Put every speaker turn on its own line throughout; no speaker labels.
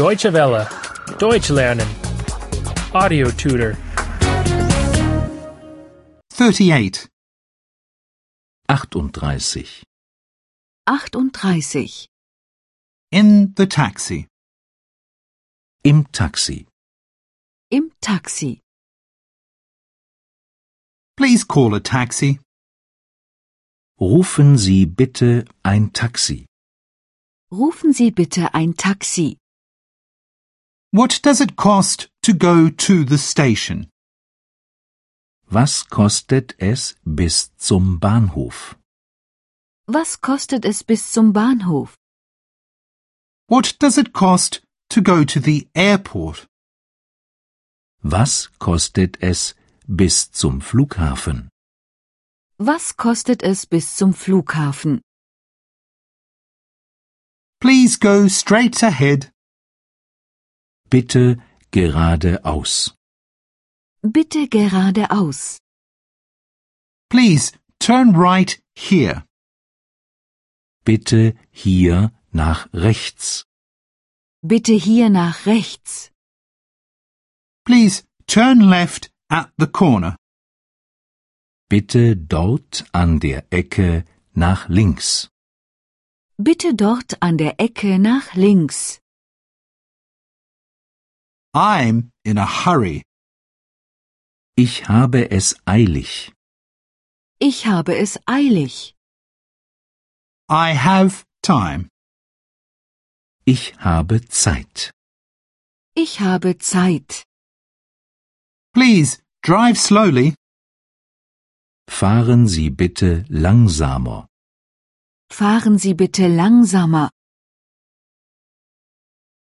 Deutsche Welle. Deutsch lernen. Audio tutor.
38.
38.
38.
In the taxi.
Im Taxi.
Im Taxi.
Please call a taxi.
Rufen Sie bitte ein Taxi.
Rufen Sie bitte ein Taxi.
What does it cost to go to the station?
Was kostet es bis zum Bahnhof?
Was kostet es bis zum Bahnhof?
What does it cost to go to the airport?
Was kostet es bis zum Flughafen?
Was kostet es bis zum Flughafen?
Please go straight ahead.
Bitte geradeaus.
Bitte geradeaus.
Please turn right here.
Bitte hier nach rechts.
Bitte hier nach rechts.
Please turn left at the corner.
Bitte dort an der Ecke nach links.
Bitte dort an der Ecke nach links.
I'm in a hurry.
Ich habe es eilig.
Ich habe es eilig.
I have time.
Ich habe Zeit.
Ich habe Zeit.
Please drive slowly.
Fahren Sie bitte langsamer.
Fahren Sie bitte langsamer.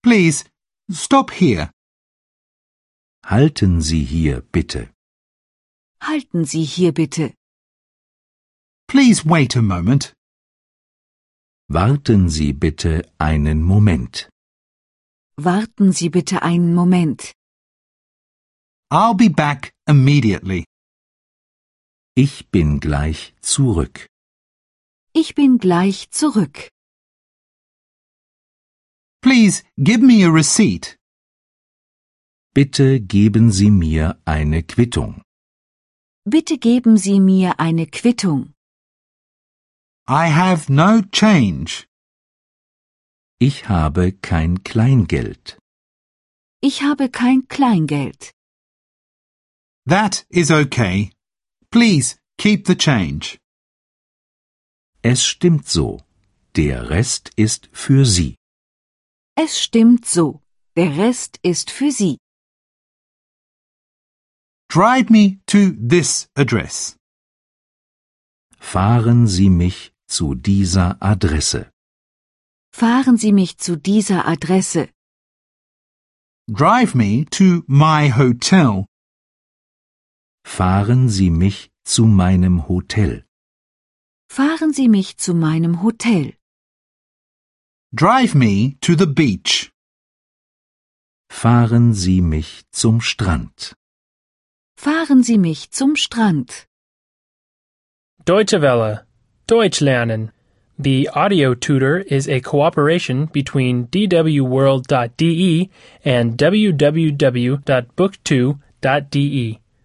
Please stop here.
Halten Sie hier bitte.
Halten Sie hier bitte.
Please wait a moment.
Warten Sie bitte einen Moment.
Warten Sie bitte einen Moment.
I'll be back immediately.
Ich bin gleich zurück.
Ich bin gleich zurück.
Please give me a receipt.
Bitte geben Sie mir eine Quittung.
Bitte geben Sie mir eine Quittung.
I have no change.
Ich habe kein Kleingeld.
Ich habe kein Kleingeld.
That is okay. Please keep the change.
Es stimmt so. Der Rest ist für Sie.
Es stimmt so. Der Rest ist für Sie.
Drive me to this address.
Fahren Sie mich zu dieser Adresse.
Fahren Sie mich zu dieser Adresse.
Drive me to my hotel.
Fahren Sie mich zu meinem Hotel.
Fahren Sie mich zu meinem Hotel.
Drive me to the beach.
Fahren Sie mich zum Strand.
Fahren Sie mich zum Strand.
Deutsche Welle. Deutsch lernen. The audio tutor is a cooperation between E dwworld.de and www.book2.de.